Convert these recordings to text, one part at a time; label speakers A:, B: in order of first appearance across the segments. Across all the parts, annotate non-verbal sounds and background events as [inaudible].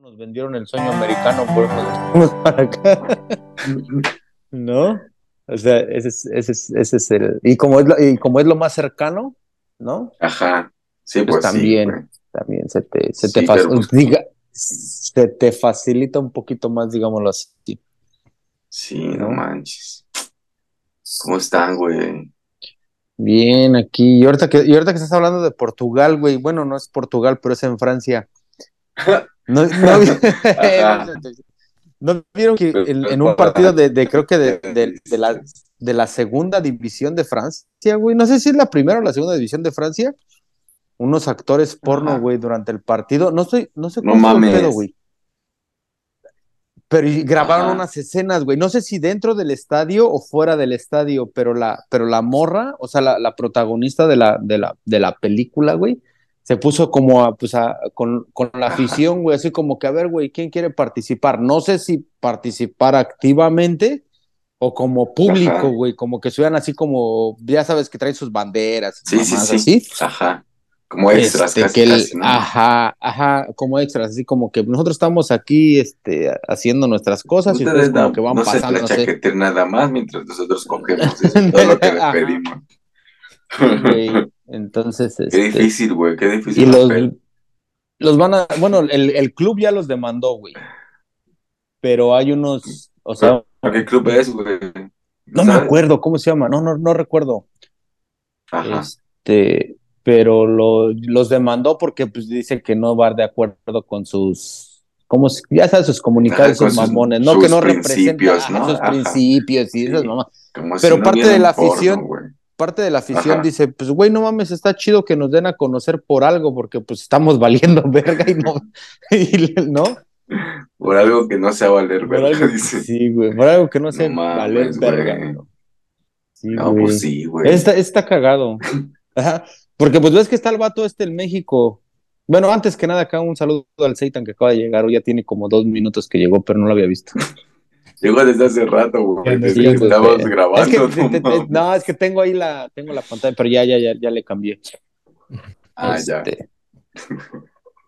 A: nos vendieron el sueño americano, por eso [laughs] para acá. ¿No? O sea, ese es, ese es, ese es el. Y como es, lo, y como es lo más cercano, ¿no?
B: Ajá. Sí,
A: pues,
B: pues
A: también,
B: sí,
A: también se te, se te
B: Sí,
A: fac-
B: pero pues-
A: diga- se te facilita un poquito más, digámoslo así.
B: Sí, no manches. ¿Cómo están, güey?
A: Bien, aquí. Y ahorita que, y ahorita que estás hablando de Portugal, güey. Bueno, no es Portugal, pero es en [laughs] Francia. No, no vi-
B: Ajá.
A: [laughs] ¿No vieron que
B: Pero-
A: en,
B: pero
A: en un
B: para-
A: partido de, de- creo que [laughs] de, de- de la, de la segunda división de Francia, güey? No sé si es la primera o la segunda división de Francia. Unos actores porno,
B: Ajá.
A: güey, durante el partido. No sé, no sé
B: No
A: cuál fue el
B: mames.
A: pedo, güey. Pero y grabaron
B: Ajá.
A: unas escenas, güey. No sé si dentro del estadio o fuera del estadio, pero la, pero la morra, o sea, la, la protagonista de la, de la, de la película, güey, se puso como a, pues a- con, con la
B: Ajá.
A: afición, güey, así como que a ver, güey, ¿quién quiere participar? No sé si participar activamente o como
B: Ajá.
A: público, güey, como que suenan así como, ya sabes que traen sus banderas,
B: Sí, sí,
A: mamadas
B: sí.
A: así.
B: Ajá. Como extras,
A: Este,
B: casi,
A: que el-
B: casi, ¿no?
A: Ajá, ajá, como extras, así como que nosotros estamos aquí este, haciendo nuestras cosas y ustedes
B: Ustedes
A: como
B: no,
A: que van
B: no se
A: pasando, no sé.
B: plachaqueten nada más mientras nosotros cogemos.
A: [laughs]
B: Eso es todo lo que les
A: Ajá.
B: pedimos.
A: Sí,
B: [laughs]
A: güey. Entonces,
B: Qué
A: este,
B: difícil, güey, qué difícil.
A: y los,
B: papel.
A: los van a, bueno, el, el club ya los demandó, güey. Pero hay unos, o sea,
B: ¿Qué club es, güey?
A: No me
B: ¿Sabes?
A: acuerdo cómo se llama, no, no, no recuerdo.
B: Ajá.
A: Este, pero lo- los demandó porque pues dice que no va de acuerdo con sus, como si- ya sabes, sus comunicados,
B: Ajá, con
A: sus
B: sus-
A: mamones, no
B: sus
A: que no
B: principios,
A: representan ajá,
B: ¿no?
A: sus
B: Ajá.
A: principios y
B: Sí.
A: esas mamás.
B: Como si
A: Pero
B: no
A: parte
B: hubiera
A: de la
B: un porno,
A: afición-
B: güey.
A: Parte de la afición
B: Ajá.
A: dice, pues güey, no mames, está chido que nos den a conocer por algo porque pues estamos valiendo [laughs] verga y no, y, ¿no?
B: Por algo que no sea valer,
A: Por
B: güey.
A: algo,
B: Dice.
A: sí, güey, por algo que no se
B: mames,
A: valer verga.
B: güey.
A: ¿no? Sí,
B: No,
A: güey.
B: pues sí, güey.
A: Está, está cagado. Ajá. Porque pues ves que está el vato este en México. Bueno, antes que nada, acá un saludo al Seitan que acaba de llegar. Hoy ya tiene como dos minutos que llegó, pero no lo había visto.
B: Llegó desde hace rato, güey.
C: Sí,
B: Desde
A: Sí,
B: que
A: güey.
B: estabas
A: Es que
B: grabando.
A: te-
B: no
A: te- te-
B: [laughs] mames.
A: no, es que tengo ahí la, tengo la pantalla, pero ya, ya, ya, ya le cambié.
B: ah, ya.
A: Este,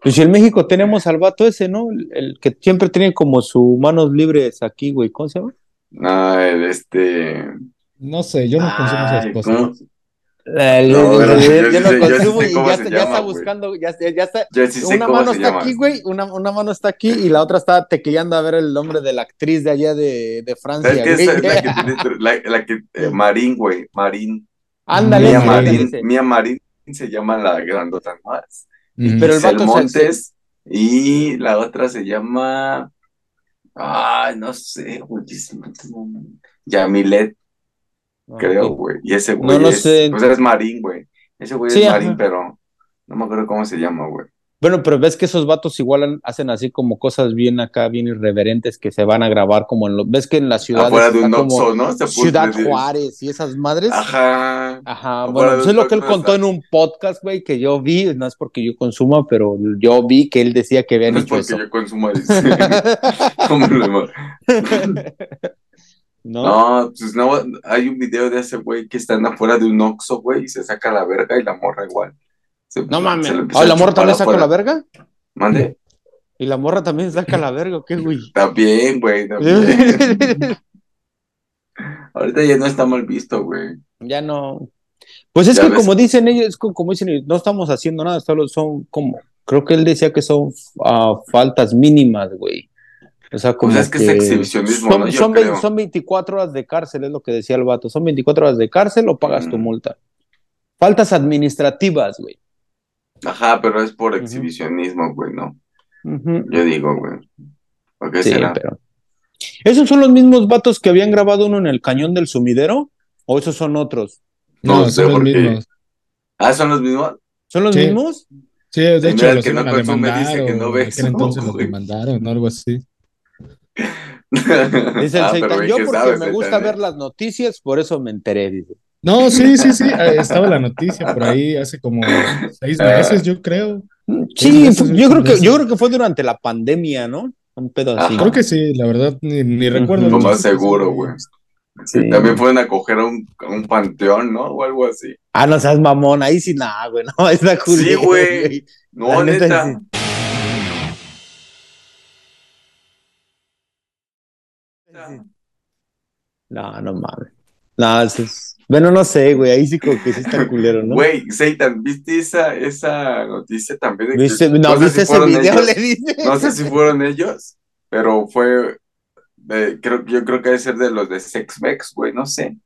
A: Pues si en México tenemos al vato ese, ¿no? El, el que siempre tiene como sus manos libres aquí, güey. ¿Cómo se llama?
B: No, el este.
C: No sé, yo no consumo esas
B: Ay,
C: cosas.
B: ¿cómo?
A: El-
B: No,
A: el-
B: yo sí-
A: el-
B: yo
A: yo
B: sí
A: lo
B: sé- yo sí
A: consumo
B: sé
A: y
B: cómo
A: ya,
B: se
A: está- ya
B: llama,
A: está
B: güey.
A: buscando, ya, ya está,
B: Yo sí sé
A: Una
B: cómo
A: mano
B: se
A: está
B: llama.
A: aquí, güey, una, una mano está aquí y la otra está tecleando a ver el nombre de la actriz de allá de, de
B: ¿Sabes
A: Francia,
B: qué?
A: güey.
B: Esa es la que tiene. tr- La, la que. eh, Marín, güey. Marín.
A: [laughs] Ándale,
B: Mía
C: Mía
A: sí, ándale,
B: Marín.
A: ese.
B: Mía Marín se llama la grandota más.
C: Ujú.
A: Pero el
B: Giselle
A: vato se- se-
B: Montes. Y la otra se llama. Ay, no sé, güey. Giselle Montes, no, no. Yamilet. Creo,
A: Ok.
B: güey. Y ese güey
A: No lo
B: es.
A: sé.
B: O sea, es marín, güey. Ese güey
A: Sí,
B: es
A: ajá.
B: marín, pero no me acuerdo cómo se llama, güey.
A: Bueno, pero ves que esos vatos igual han- hacen así como cosas bien acá, bien irreverentes que se van a grabar como en los, ves que en las ciudades
B: Afuera de un
A: está como
B: Oxxo, ¿no? Se puso-
A: Ciudad
B: le di-
A: Juárez y esas madres.
B: Ajá.
A: Ajá,
B: Afuera
A: bueno,
B: de
A: eso
B: un
A: es lo que él
B: Oxxo
A: contó
B: está-
A: en un podcast, güey, que yo vi, no es porque yo consuma, pero yo vi que él decía que habían
B: No es
A: hecho
B: porque
A: eso. [laughs]
B: yo consuma, dice. [laughs] ¿Cómo lo llamo?
A: ¿No?
B: No, pues no, hay un video de ese güey que están afuera de un Oxxo, güey, y se saca la verga y la morra igual. Se,
A: No mames.
B: se lo
A: Ah,
B: empieza
A: la
B: a
A: morra
B: chupar
A: también saca
B: afuera.
A: la verga.
B: Mande.
A: Y la morra también saca la verga, ¿o ¿qué,
B: [laughs]
A: güey?
B: También,
A: [laughs]
B: güey, también. Ahorita ya no está mal visto, güey.
A: ya no. Pues es
B: Ya
A: que
B: ves.
A: como dicen ellos, es co- como dicen, ellos, no estamos haciendo nada, solo son como, creo que él decía que son ah, faltas mínimas, güey. O sea, como
B: Pues es que es exhibicionismo,
A: son,
B: ¿no? Yo
A: son, vein-
B: creo.
A: son 24 horas de cárcel, es lo que decía el vato. Son 24 horas de cárcel o pagas tu
B: Mm.
A: multa. Faltas administrativas, güey.
B: Ajá, pero es por
A: Ujú.
B: exhibicionismo, güey, ¿no?
A: Ujú.
B: Yo digo, güey. ¿Por qué
A: Sí,
B: será?
A: pero. ¿Esos son los mismos vatos que habían grabado uno en el cañón del sumidero? ¿O esos son otros?
B: No
C: No,
B: sé
C: son los
B: por qué.
C: mismos.
B: Ah, son los
A: [laughs]
B: mismos.
A: ¿Son los
C: Sí.
A: mismos?
C: Sí, de
B: Mira,
C: hecho,
B: el
C: los
B: que no
C: iban a
B: consume dice
C: demandar
B: que no
C: o
B: ve [laughs]
C: en aquel
B: eso,
C: entonces los
B: güey.
C: demandaron o algo así.
A: Dice el
B: ah,
A: Seitan,
B: pero güey,
A: yo
B: ¿qué
A: porque
B: sabes?
A: me gusta
B: Eitan, eh?
A: ver las noticias, por eso me enteré, dice.
C: No, sí, sí, sí, eh, estaba la noticia por ahí hace como
B: Ah.
C: seis meses, yo creo. Seis
A: Sí,
C: meses,
A: fu-
C: un
A: yo creo
C: chingo
A: que,
C: así.
A: yo creo que fue durante la pandemia, ¿no? Un pedo así.
C: Creo
B: Ajá.
C: que sí, la verdad, ni, ni
A: Ujú.
C: recuerdo.
B: Lo
C: mucho
B: más
C: esa cosa,
B: seguro,
C: pero
B: güey.
A: Sí.
B: También pueden acoger a un, a un panteón, ¿no? O algo así.
A: Ah, no seas mamón, [laughs] ahí sí nada, güey, no, está culero,
B: güey. No,
A: La neta
B: neta.
A: sí.
B: neta.
A: No, no mames. No, eso es... Bueno, no sé, güey. Ahí sí como que sí está culero, ¿no?
B: Güey, Seitan, ¿viste esa, esa noticia también? de que-
A: ¿Viste? No,
B: sé
A: ¿viste
B: si
A: ese
B: fueron
A: video? [laughs]
B: ellos?
A: Le dice.
B: No sé si fueron ellos, pero fue. de- creo, yo creo que debe ser de los de Sex Mex, güey, no sé.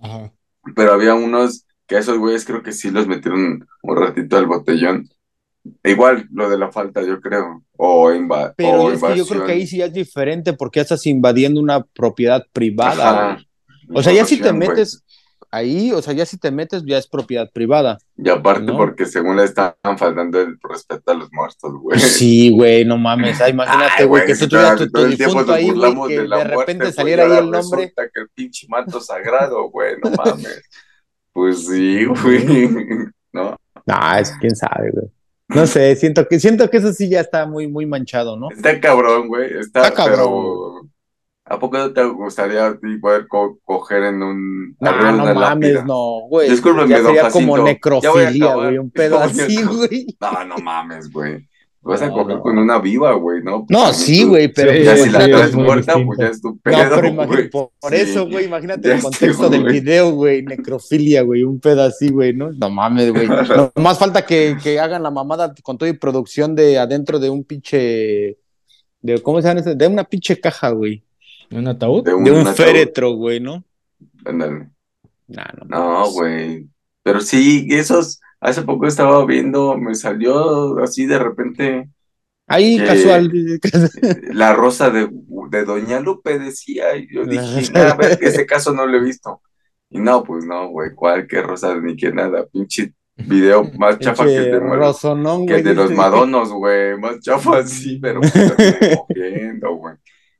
C: Ajá.
B: Pero había unos que a esos güeyes creo que sí los metieron un ratito al botellón. Igual lo de la falta, yo creo. O, inva
A: Pero
B: o
A: es que yo creo que ahí
B: invasión.
A: sí ya es diferente porque ya estás invadiendo una propiedad privada.
B: Ajá.
A: güey. O sea, ya si te
B: Invasión, güey.
A: metes ahí, o sea, ya si te metes ya es propiedad privada.
B: [laughs] Y aparte
A: ¿no?
B: porque según le estaban faltando el respeto a los muertos, güey.
A: Pues Sí, güey, no mames. Ah, imagínate,
B: Ay,
A: güey, que
B: si
A: tú tuvieras
B: todo-
A: tu, tu
B: todo el tiempo
A: difunto
B: nos
A: ahí, güey,
B: burlamos
A: que
B: de
A: de,
B: la muerte, pues,
A: repente
B: güey,
A: saliera
B: y
A: ahí
B: ahora
A: el nombre.
B: Resulta que el pinche manto sagrado, güey, no mames. Pues sí, güey. [laughs] ¿No?
A: No, es quién sabe, güey. No sé, siento que, siento que eso sí ya está muy, muy manchado, ¿no?
B: Está cabrón, güey. Está,
A: Está cabrón,
B: pero. ¿A poco no te gustaría a ti poder co- coger en un.
A: No,
B: arriba de
A: no
B: una Ah, lápida?
A: mames, no, güey.
B: Discúlpenme,
A: ya
B: don
A: sería
B: Jacinto,
A: como
B: ya voy a
A: necrofilia,
B: acabar.
A: güey, un pedo
B: Ya [laughs] voy a
A: así,
B: acabar.
A: güey.
B: No, no mames, güey. Vas a
A: No,
B: coger
A: no.
B: con una viva, güey, ¿no?
A: No, sí, güey, pero
C: Sí,
B: Ya
A: pues,
B: si la
C: sí,
A: contratas-
B: traes
C: es muy
B: muerta,
C: distinto.
B: pues ya es tu
A: No,
B: pedo,
A: pero imagi-
B: güey.
A: por, por
B: Sí.
A: eso, güey, imagínate
B: Ya
A: el
B: sé,
A: contexto del
B: güey.
A: video, güey, necrofilia, güey, un pedo así, güey, ¿no? No mames,
B: [laughs]
A: güey. No más falta que, que hagan la mamada con toda y producción de adentro de un pinche. De, ¿Cómo se llama? ese? De una pinche caja, güey.
C: ¿Un ataúd?
B: De un,
A: De un
B: ataúd.
A: féretro, güey, ¿no?
B: Ándale.
A: Nah, no,
B: No, güey. Pero sí, esos, hace poco estaba viendo, me salió así de repente
A: Ahí
B: Que-
A: casual. casual.
B: eh, la rosa de, de Doña Lupe, decía, y yo
A: La
B: dije,
A: rosa
B: nada, a ver,
A: de-
B: ese caso no lo he visto. Y no, pues no, güey, cuál, qué rosa, ni qué nada, pinche video más chafa que el
A: Pinche
B: de,
A: Rosonón,
B: que
A: güey. este.
B: el de los
A: dice.
B: Madonos, güey, más chafa, sí, pero pues, terminé
A: [laughs]
B: cogiendo, güey.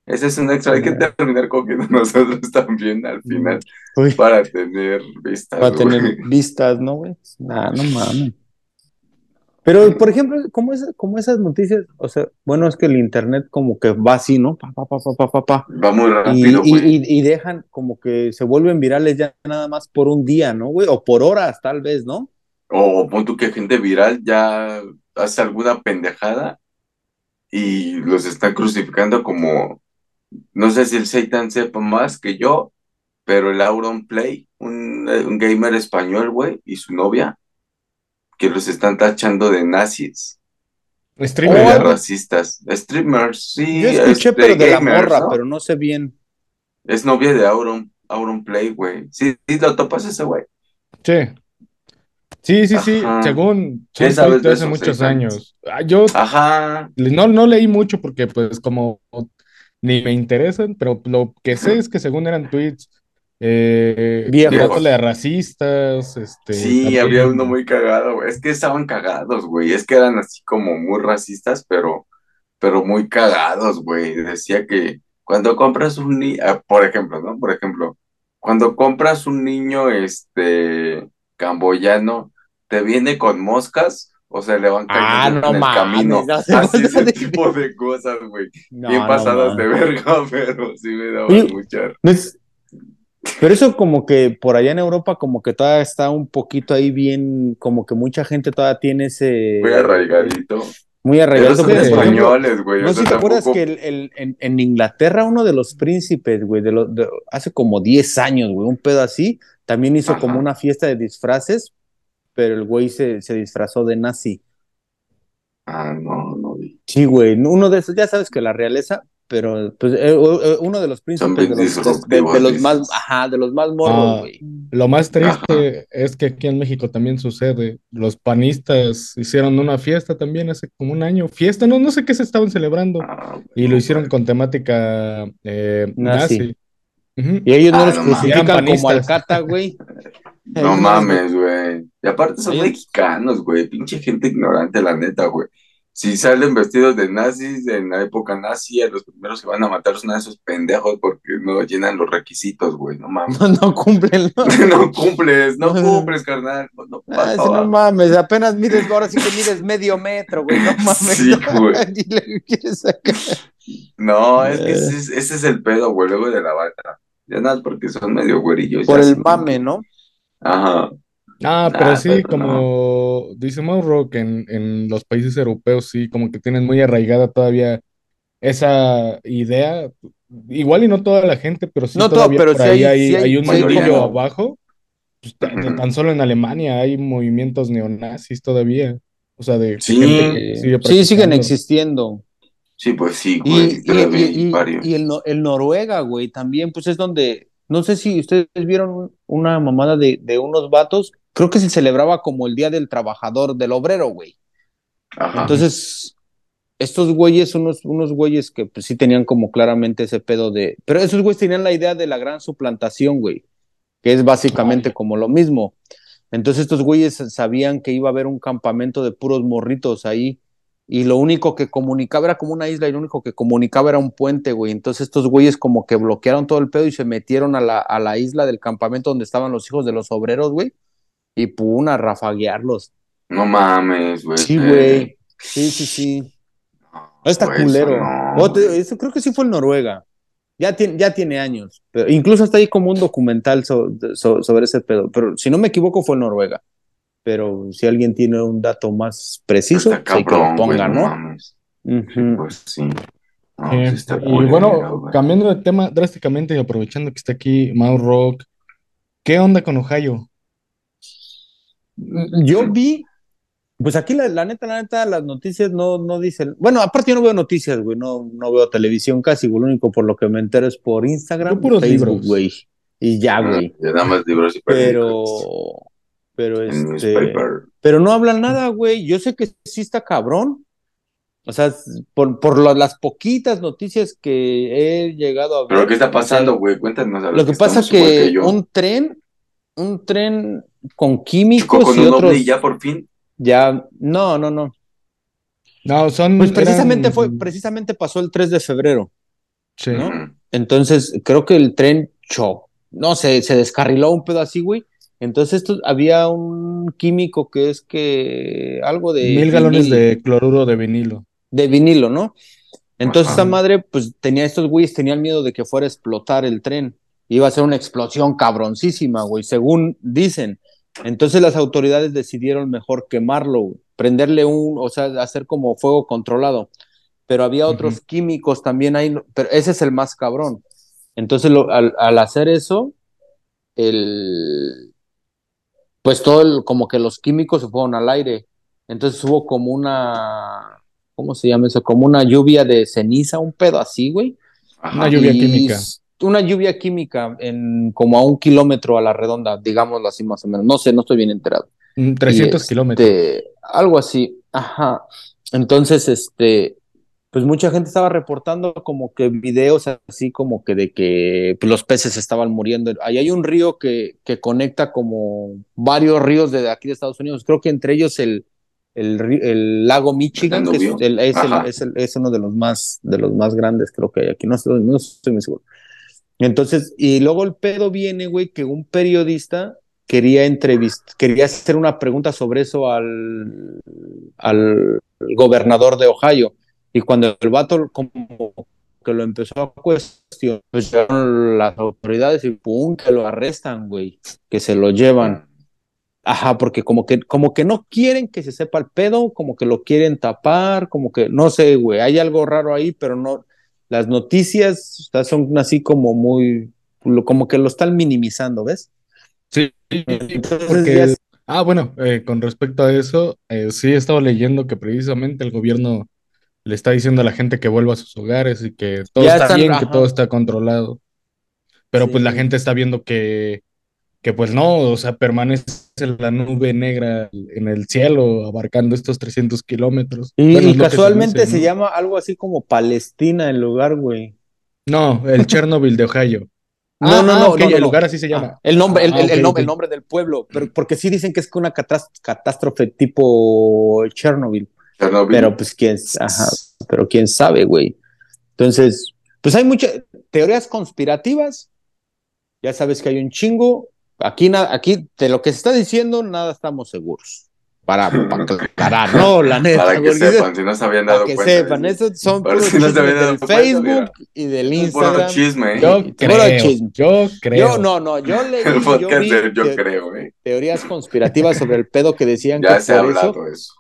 B: Ese es un extra, hay que terminar cogiendo nosotros también al final
A: Uy,
B: para tener vistas,
A: Mm. para
B: güey.
A: tener vistas, ¿no, güey? Nah, no mames. Pero, por ejemplo, como, esa- como esas noticias, o sea, bueno, es que el internet como que va así, ¿no? Pa, pa, pa, pa, pa, pa, pa.
B: Va muy
A: Y,
B: rápido,
A: y-
B: güey.
A: y- y dejan como que se vuelven virales ya nada más por un día, ¿no, güey? O por horas, tal vez, ¿no?
B: O pon tú que gente viral ya hace alguna pendejada y los está crucificando como. No sé si el Seitan sepa más que yo, pero el Auron Play, un, eh, un gamer español, güey, y su novia, que los están tachando de nazis,
A: Oh,
B: de
C: Streamer.
A: algo-
B: racistas, streamers, sí,
A: Yo escuché,
B: este,
A: pero de la
B: gamers,
A: morra,
B: ¿no?
A: pero no sé bien.
B: Es novia de Auron, Auron Play, güey. Sí, sí, lo topas ese güey.
C: Sí. Sí, sí, sí,
B: Ajá.
C: según
B: ¿Qué
C: son
B: sabes
C: tweets
B: de
C: de hace
B: esos
C: muchos
B: seis años?
C: años. Ah, Yo
B: Ajá,
C: no, no leí mucho porque pues como ni me interesan, pero lo que sé es que según eran tweets eh,
A: Viejos.
C: tirándole a racistas, este,
B: Sí,
C: también-
B: había uno muy cagado, güey. Es que estaban cagados, güey. Es que eran así como muy racistas, pero, pero muy cagados, güey. Decía que cuando compras un niño, por ejemplo, ¿no? Por ejemplo, cuando compras un niño, este, camboyano, ¿te viene con moscas o se le van
A: Ah,
B: cayendo
A: no
B: en el
A: mames,
B: camino?
A: no se
B: [laughs] así ese
A: [laughs] pasan de-
B: tipo de cosas, güey.
A: No,
B: Bien
A: no mames.
B: pasadas de verga, [laughs] pero sí me daban
A: Oye,
B: mucha.
A: No es- Pero eso como que por allá en Europa como que todavía está un poquito ahí bien, como que mucha gente todavía tiene ese...
B: Muy arraigadito.
A: Muy
B: Pero
A: arraigado.
B: son
A: Porque, por ejemplo,
B: españoles, güey.
A: No
B: o
A: sé
B: sea,
A: si te acuerdas
B: tampoco
A: que el- el- en, en Inglaterra uno de los príncipes, güey, de lo- de- hace como 10 años, güey, un pedo así, también hizo
B: Ajá.
A: como una fiesta de disfraces, pero el güey se, se disfrazó de nazi.
B: Ah, no, no vi.
A: Sí, güey, uno de esos, ya sabes que la realeza, pero pues, eh, eh, uno de los
B: Son
A: príncipes de
B: bien
A: los, de- de-
B: disruptivos.
A: de los
B: dices.
A: más, ajá, de los más
C: Ah,
A: morros, güey.
C: lo más
B: Ajá.
C: triste es que aquí en México también sucede. Los panistas hicieron una fiesta también hace como un año. Fiesta, no, no sé qué se estaban celebrando.
B: Ah, bueno,
C: Y lo hicieron
B: güey.
C: con temática eh,
A: Nazi.
C: nazi. Ujú.
A: Y ellos
B: Ah,
A: no los
B: no mames.
C: Eran
A: crucifican como
C: panistas.
A: Alcata, güey. [laughs]
B: No
A: Ellos los-
B: mames, güey. Y aparte son
A: Ellos-
B: mexicanos, güey. Pinche gente ignorante, la neta, güey. Si salen vestidos de nazis en la época nazi, a los primeros que van a matar son a esos pendejos porque no llenan los requisitos, güey. No
A: [laughs]
B: mames. [laughs]
A: No, no cumplen. ¿no?
B: No
A: [laughs]
B: cumples, no cumples, carnal. No, no
A: Ah,
B: vas
A: ese
B: pa'
A: no mames, apenas mides, ahora sí que mides medio metro, güey, no mames. [laughs]
B: Sí, güey.
A: Dile que quieres sacar.
B: No, es que ese, es- ese es el pedo, güey, luego de la bata. Ya nada, porque son medio güerillos.
A: Por
B: ya
A: el
B: son-
A: mame, ¿no?
B: Ajá.
C: Ah, pero
B: Ah,
A: pues
C: sí,
B: pero
C: como dice Mauro, que en, en los países europeos sí, como que tienen muy arraigada todavía esa idea igual y no toda la gente, pero sí
A: No todo,
C: todavía
A: pero
C: por
A: sí hay-
C: ahí hay,
A: sí hay-
C: hay un
B: sí hay
C: mundillo
B: como-
C: abajo. Pues, ta-
B: Ujú.
C: tan solo en Alemania hay movimientos neonazis todavía. O sea, de
B: Sí.
C: gente que sigue
A: Sí, siguen
C: practicando.
A: existiendo.
B: Sí, pues sí,
A: Y,
B: güey,
A: y-
B: todavía
A: y-
B: hay
A: y-
B: varios.
A: y el, no- el Noruega, güey, también, pues es donde, no sé si ustedes vieron un- una mamada de, de unos vatos, creo que se celebraba como el Día del Trabajador, del Obrero, güey.
B: Ajá.
A: Entonces, estos güeyes, unos, unos güeyes que pues, sí tenían como claramente ese pedo de, pero esos güeyes tenían la idea de la gran suplantación, güey, que es básicamente como lo mismo. Entonces estos güeyes sabían que iba a haber un campamento de puros morritos ahí y lo único que comunicaba era como una isla y lo único que comunicaba era un puente, güey. Entonces estos güeyes como que bloquearon todo el pedo y se metieron a la, a la isla del campamento donde estaban los hijos de los obreros, güey. Y pum, a rafaguearlos.
B: no mames, güey. eh.
A: Sí, güey. Sí, sí, sí.
B: No,
A: No, Está
B: güey, eso
A: culero.
B: Pues, no,
A: O te-
B: güey.
A: eso creo que sí fue en Noruega. Ya tiene, ya tiene años. Pero incluso hasta ahí como un documental so- so- sobre ese pedo. Pero si no me equivoco, fue en Noruega. Pero si alguien tiene un dato más preciso,
B: está
A: sí que lo
B: cabrón, güey,
A: ponga,
B: no
A: ¿no?
B: mames. Sí,
A: Ujú.
B: pues sí. No,
C: Eh,
B: sí está
C: y
B: culero,
C: bueno,
B: güey.
C: cambiando de tema drásticamente y aprovechando que está aquí Mau Rock, ¿qué onda con Ohio?
A: Yo vi, pues aquí la, la neta, la neta, las noticias no, no dicen. Bueno, aparte yo no veo noticias, güey. No, no veo televisión casi, güey. Lo único por lo que me entero es por Instagram,
C: Yo puros
A: Facebook,
C: libros.
A: güey. Y
B: Ah,
A: ya, Ah, güey.
B: Ya nada más libros y
A: Pero,
B: periódicos.
A: pero
B: El
A: este.
B: newspaper.
A: pero no hablan nada, güey. Yo sé que sí está cabrón. O sea, s- por, por lo- las poquitas noticias que he llegado a ver.
B: Pero ¿qué está
A: o
B: pasando,
A: sea,
B: güey? Cuéntanos. A los
A: lo que pasa
B: estamos igual
A: que,
B: yo.
A: un tren, un tren con
B: chocó
A: químicos
B: con
A: y
B: un
A: otros
B: ovni ya por fin.
A: ya, no, no, no.
C: No, son.
A: Pues precisamente
C: eran-
A: fue, precisamente pasó el 3 de febrero.
C: Sí.
A: ¿no?
B: Ujú.
A: Entonces, creo que el tren chocó, no sé, se descarriló un pedo así, güey. Entonces, esto- había un químico que es que algo de
C: Mil galones
A: vinil.
C: de cloruro de vinilo.
A: de vinilo, ¿no? Entonces
B: Ajá.
A: esa madre, pues tenía estos güeyes, tenían miedo de que fuera a explotar el tren. Iba a ser una explosión cabroncísima, güey, según dicen. Entonces las autoridades decidieron mejor quemarlo, güey, prenderle un, o sea, hacer como fuego controlado. Pero había otros
C: Ujú.
A: químicos también ahí, no- pero ese es el más cabrón. Entonces lo- al, al hacer eso, el, pues todo el- como que los químicos se fueron al aire. Entonces hubo como una, ¿cómo se llama eso? Como una lluvia de ceniza, un pedo así, güey.
C: Una
B: Ajá.
C: lluvia
A: Y
C: química.
A: s- Una lluvia química en como a un kilómetro a la redonda, digámoslo así más o menos. No sé, no estoy bien enterado.
C: Mm,
A: Y,
C: 300
A: este,
C: kilómetros.
A: Algo así, ajá. Entonces, este, pues mucha gente estaba reportando como que videos así como que de que pues, los peces estaban muriendo. Ahí hay un río que, que conecta como varios ríos de aquí de Estados Unidos. Creo que entre ellos el, el, ri- el lago Michigan, que es,
B: Danubio?
A: el- es, el-
B: Ajá.
A: es el- es uno de los más, de los más grandes, creo que hay aquí. No estoy, no estoy muy seguro. Entonces, y luego el pedo viene, güey, que un periodista quería entrevistar, quería hacer una pregunta sobre eso al, al gobernador de Ohio. Y cuando el vato como que lo empezó a cuestionar, pues llegaron las autoridades y pum, que lo arrestan, güey, que se lo llevan. Ajá, porque como que, como que no quieren que se sepa el pedo, como que lo quieren tapar, como que, no sé, güey, hay algo raro ahí, pero no, las noticias o sea, son así como muy, lo- como que lo están minimizando, ¿ves?
C: Sí,
A: Entonces
C: porque-
A: ya es-
C: Ah, bueno, eh, con respecto a eso, eh, sí he estado leyendo que precisamente el gobierno le está diciendo a la gente que vuelva a sus hogares y que todo
A: Ya
C: está
A: están,
C: bien, que
A: ajá.
C: todo está controlado. Pero pues la
A: Sí.
C: gente está viendo que, que pues no, o sea, permanece la nube negra en el cielo abarcando estos 300 kilómetros.
A: Y,
C: Bueno,
A: y
C: es lo que
A: casualmente
C: dice,
A: se
C: ¿no?
A: llama algo así como Palestina el lugar, güey.
C: No, el Chernobyl de Ohio.
A: [laughs] No,
C: Ah,
A: no,
C: ah,
A: no,
C: ok,
A: no, no,
C: el
A: no.
C: lugar así se llama.
A: Ah, el nombre, el,
C: Ah,
A: el- el
C: ok,
A: nombre,
C: ok.
A: el nombre del pueblo, pero porque sí dicen que es que una catas- catástrofe tipo Chernobyl.
B: Chernobyl.
A: Pero pues quién, ajá, pero quién sabe, güey. Entonces, pues hay muchas teorías conspirativas. Ya sabes que hay un chingo. Aquí, na- aquí de lo que se está diciendo, nada estamos seguros. Para, para aclarar,
B: [laughs]
A: no, la neta.
B: Para que
A: porque
B: sepan, si no se habían
A: para
B: dado
A: que
B: cuenta.
A: sepan,
B: es-
A: esos son
B: Para
A: puros
B: si no se
A: chismes
B: habían dado
A: del
B: cuenta,
A: Facebook
B: mira.
A: y del
B: es puro
A: Instagram.
B: chisme, ¿eh?
C: Yo
A: y-
C: [laughs] creo,
A: puro chisme.
C: yo creo.
A: Yo no, no, yo leí,
B: [laughs] El
A: yo
B: podcast
A: vi
B: del yo
A: te-
B: creo, ¿eh?
A: teorías conspirativas sobre el pedo que decían
B: [laughs] Ya
A: que
B: se ha
A: por eso,
B: hablado eso.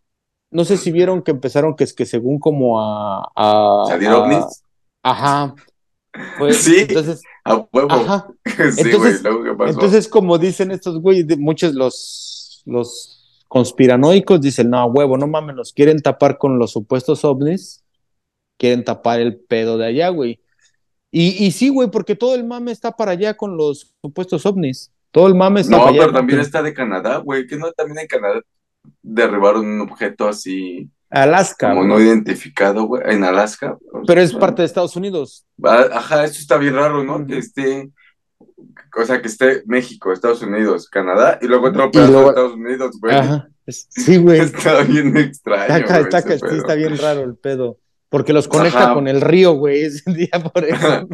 A: no sé si vieron que empezaron que es que según como a, a,
B: ¿Salir
A: a-
B: ovnis?
A: ajá, Pues,
B: Sí.
A: Entonces,
B: A huevo.
A: ajá.
B: [laughs] Sí, güey,
A: Entonces-
B: luego qué pasó.
A: Entonces, como dicen estos güeyes, de- muchos los, los conspiranoicos dicen, no, huevo, no mames, los quieren tapar con los supuestos ovnis, quieren tapar el pedo de allá, güey. Y, y sí, güey, porque todo el mame está para allá con los supuestos ovnis. Todo el mame está
B: no,
A: para allá.
B: pero también está de Canadá, güey. Que no, también en Canadá derribaron un objeto así,
A: Alaska,
B: como
A: güey.
B: no identificado, güey, en Alaska.
A: pero es parte de Estados Unidos.
B: Ah, Ajá, eso está bien raro, ¿no?
A: Ujú.
B: Que esté, o sea, que esté México, Estados Unidos, Canadá y luego otro
A: Y
B: pedazo
A: luego-
B: de Estados Unidos, güey.
A: Ajá. Es- Sí, güey.
B: [laughs] Está bien extraño.
A: Está, ca-
B: güey,
A: está
B: ese
A: ca- sí,
B: pedo.
A: está bien raro el pedo. Porque los conecta
B: Ajá.
A: con el río, güey. Ese [laughs] día por eso.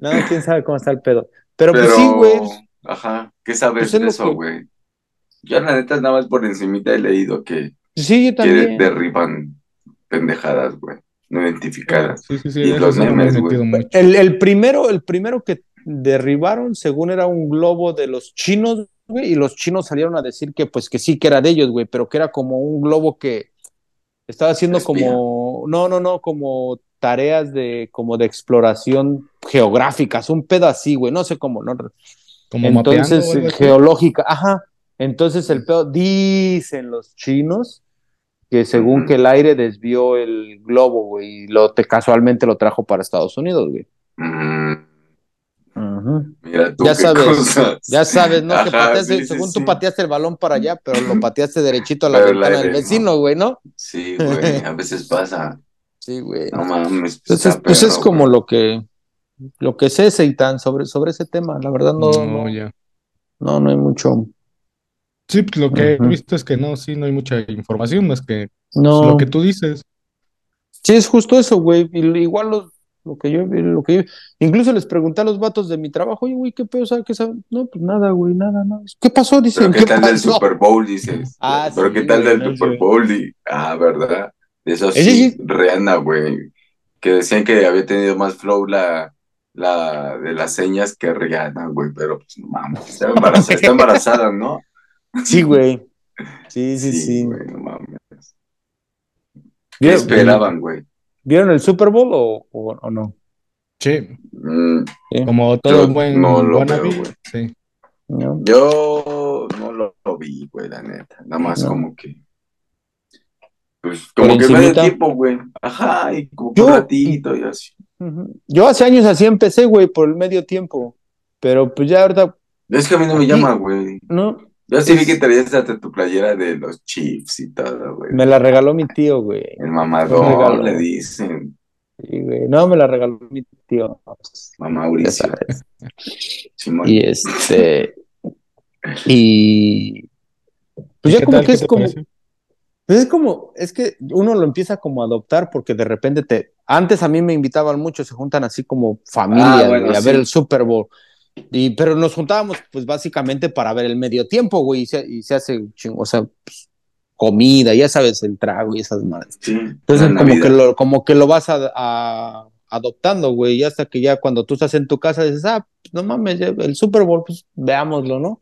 A: No, quién sabe cómo está el pedo. Pero,
B: Pero,
A: pues sí, güey.
B: Ajá, ¿qué sabes
A: Pues es
B: de
A: lo
B: eso,
A: que-
B: güey? Yo la neta nada más por encimita he leído que,
A: Sí, yo
B: que
A: también.
B: derriban pendejadas, güey, no identificadas.
C: Sí, sí, sí,
B: Y
C: en
B: los
C: eso sí no me he
B: memes, güey.
C: metido mucho.
A: El, el primero, el primero que derribaron, según era un globo de los chinos, güey, y los chinos salieron a decir que pues que sí que era de ellos, güey, pero que era como un globo que estaba haciendo
B: Espía.
A: como, no, no, no, como tareas de, como de exploración geográficas, un pedo así, güey, no sé cómo, no,
C: Como
A: entonces, eh,
C: mapeando. o algo así.
A: geológica, ajá. Entonces el pedo, dicen los chinos que según
B: Ujú.
A: que el aire desvió el globo, güey, y lo te casualmente lo trajo para Estados Unidos, güey.
B: Mm, mira tú
A: Ya
B: qué
A: sabes,
B: cosas.
A: Ya sabes, ¿no? que
B: Ajá,
A: pateaste,
B: sí, sí,
A: según tú
B: sí.
A: pateaste el balón para allá, pero lo pateaste derechito a la
B: Pero el
A: ventana
B: aire,
A: del vecino, güey, ¿no?
B: Sí,
A: [laughs]
B: güey, a veces pasa.
A: Sí, güey.
B: No mames, pues,
A: Entonces,
B: está
A: pues es
B: perro,
A: como
B: güey.
A: lo que lo que sé, Seitan, sobre, sobre ese tema. La verdad no, no,
C: No, ya.
A: no, no hay mucho.
C: Sí, pues, lo que he
A: Ujú.
C: visto es que no, sí, no hay mucha información más que pues,
A: No.
C: lo que tú dices.
A: Sí, es justo eso, güey. Y lo- Igual los, lo que yo vi, lo que yo. Incluso les pregunté a los vatos de mi trabajo, oye, güey, ¿qué pedo? ¿Sabe qué sabe? No, pues nada, güey, nada, nada. ¿Qué pasó?
B: Pero
A: Dicen,
B: qué
A: ¿qué
B: tal del
A: pasó?
B: Super Bowl, dices.
A: Ah,
B: Pero
A: sí,
B: qué tal
A: güey,
B: del
A: no
B: Super
A: sé.
B: Bowl. Y... Ah, ¿verdad? Eso
A: Ese
B: sí,
A: sí.
B: Rihanna, güey. Que decían que había tenido más flow la, la de las señas que Rihanna, güey. Pero pues no mames, está embarazada, está embarazada, ¿no?
A: Sí, güey. Sí, sí, sí.
B: güey, no mames. ¿Qué
A: ¿Vieron,
B: esperaban, güey?
A: ¿Vieron el Super Bowl o, o- o no?
C: Sí,
B: Mm,
C: como todo
B: Yo
C: buen
B: no lo
C: wannabe,
B: veo, güey.
C: sí.
A: No.
B: yo no lo, lo vi, güey, la neta. Nada más
A: No.
B: como que. Pues como que me
A: encimita.
B: da tiempo, güey. Ajá, y como
A: Yo-
B: por ratito y así.
A: Ujú. Yo hace años así empecé, güey, por el medio tiempo. Pero pues ya ahorita,
B: Es que a mí no me
A: Aquí-
B: llama, güey.
A: no,
B: Yo sí vi
A: Es-
B: que traías hasta tu playera de los Chiefs y todo, güey.
A: me la regaló mi tío, güey.
B: El
A: Un
B: mamador,
A: regalo.
B: le dicen.
A: Sí, güey. No, me la regaló mi tío. Ya
B: Mamauricio,
A: sabes.
B: Simón.
A: Y este. Y. Pues
C: ¿Y
A: ya
C: qué
A: como
C: tal?
A: que
C: ¿Qué
A: es
C: te
A: como.
C: pareció?
A: Pues es como. Es que uno lo empieza como a adoptar porque de repente te. Antes a mí me invitaban mucho, se juntan así como familia,
B: Ah, bueno,
A: güey, a
B: sí.
A: ver el Super Bowl. Y, pero nos juntábamos, pues básicamente para ver el medio tiempo, güey, y se, y se hace un chingo, o sea, pues, comida, ya sabes, el trago y esas madres.
B: Sí,
A: Entonces,
B: la
A: pues como
B: Navidad.
A: que, lo, como que lo vas a, a- adoptando, güey, y hasta que ya cuando tú estás en tu casa dices, ah, pues, no mames, ya el Super Bowl, pues veámoslo, ¿no?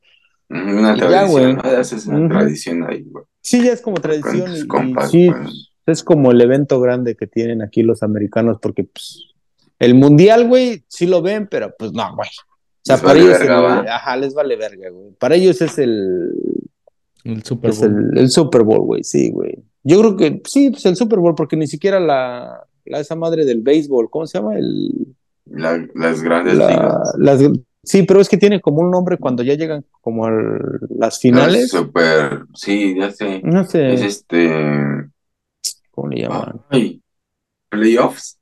B: Ujú, Mm, Una
A: Y ya,
B: tradición,
A: güey.
B: ¿no? Ya haces una
A: Ujú.
B: tradición ahí, güey.
A: Sí, ya es como
B: Con
A: tradición y,
B: tus
A: y
B: compas,
A: sí,
B: güey.
A: pues, es como el evento grande que tienen aquí los americanos, porque pues el mundial, güey, sí lo ven, pero pues no, güey. O sea,
B: Les
A: para
B: vale
A: ellos,
B: verga,
A: el-
B: ¿va?
A: ajá, les vale verga, güey. Para ellos es el,
C: El Super
A: es
C: Bowl.
A: el, el Super Bowl, güey, sí, güey. Yo creo que sí, pues el Super Bowl, porque ni siquiera la, la esa madre del béisbol, ¿cómo se llama? El,
B: La- las grandes
A: la,
B: ligas.
A: las, sí, pero es que tiene como un nombre cuando ya llegan como a las
B: Las
A: finales.
B: super. Sí, ya sé.
A: No
B: Es
A: sé
B: este.
A: cómo
B: Ah.
A: le llaman.
B: Ay, playoffs.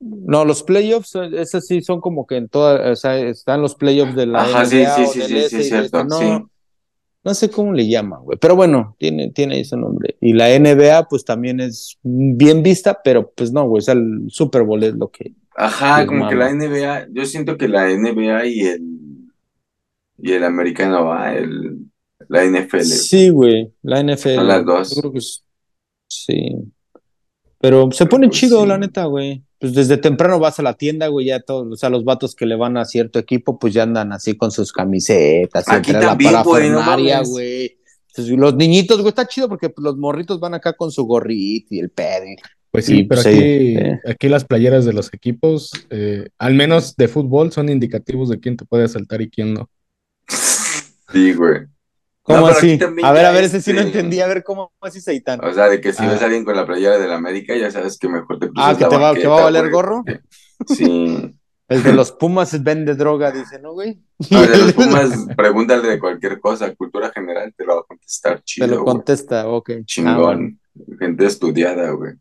A: No, los playoffs, eh, esos sí son como que en toda, o sea, están los playoffs de la
B: Ajá, sí,
A: NBA
B: sí,
A: o
B: sí,
A: del
B: sí,
A: S
B: sí, es
A: y de este,
B: cierto. Sí.
A: no, no sé cómo le llaman, güey, pero bueno, tiene, tiene ese nombre. Y la NBA, pues también es bien vista, pero pues no, güey, o sea, el Super Bowl es lo que.
B: Ajá,
A: Les
B: como que
A: mama.
B: la NBA, yo siento que la NBA y el y el americano va, el la
A: [laughs]
B: NFL,
A: Sí, güey, la NFL.
B: son las
A: Yo
B: dos.
A: creo que es- sí. Pero se
B: Pero,
A: pone
B: pues,
A: chido,
B: sí.
A: la neta, güey. Pues desde temprano vas a la tienda, güey, ya todos, o sea, los vatos que le van a cierto equipo, pues ya andan así con sus camisetas,
B: Aquí
A: entre la
B: también, güey, no
A: parafernaria,
B: mames.
A: güey. Entonces, Los niñitos, güey, está chido porque pues, los morritos van acá con su gorrito y el pedo. y
C: Pues sí,
A: Y,
C: pero
A: sí,
C: aquí,
A: eh.
C: aquí las playeras de los equipos, eh, al menos de fútbol, son indicativos de quién te puede asaltar y quién no.
B: Sí, güey.
A: ¿Cómo
B: No, pero aquí
A: así?
B: también
A: A ver,
B: ya
A: a ver, ese sí no
B: este-
A: entendí. A ver, ¿cómo así Seitan?
B: O sea, de que si
C: Ah.
B: ves a alguien con la playera del América, ya sabes que mejor te cruzas
A: Ah, que
B: la
A: te va, que va a
B: banqueta,
A: valer
B: güey.
A: gorro. [laughs]
B: Sí.
A: El de los Pumas vende droga, dice, ¿no, güey?
B: [laughs] A
A: [laughs]
B: ver, los Pumas, pregúntale de cualquier cosa, cultura general, te lo va a contestar
A: Te
B: chido,
A: lo
B: güey.
A: contesta, ok. Ah, bueno.
B: Chingón. Gente estudiada, güey.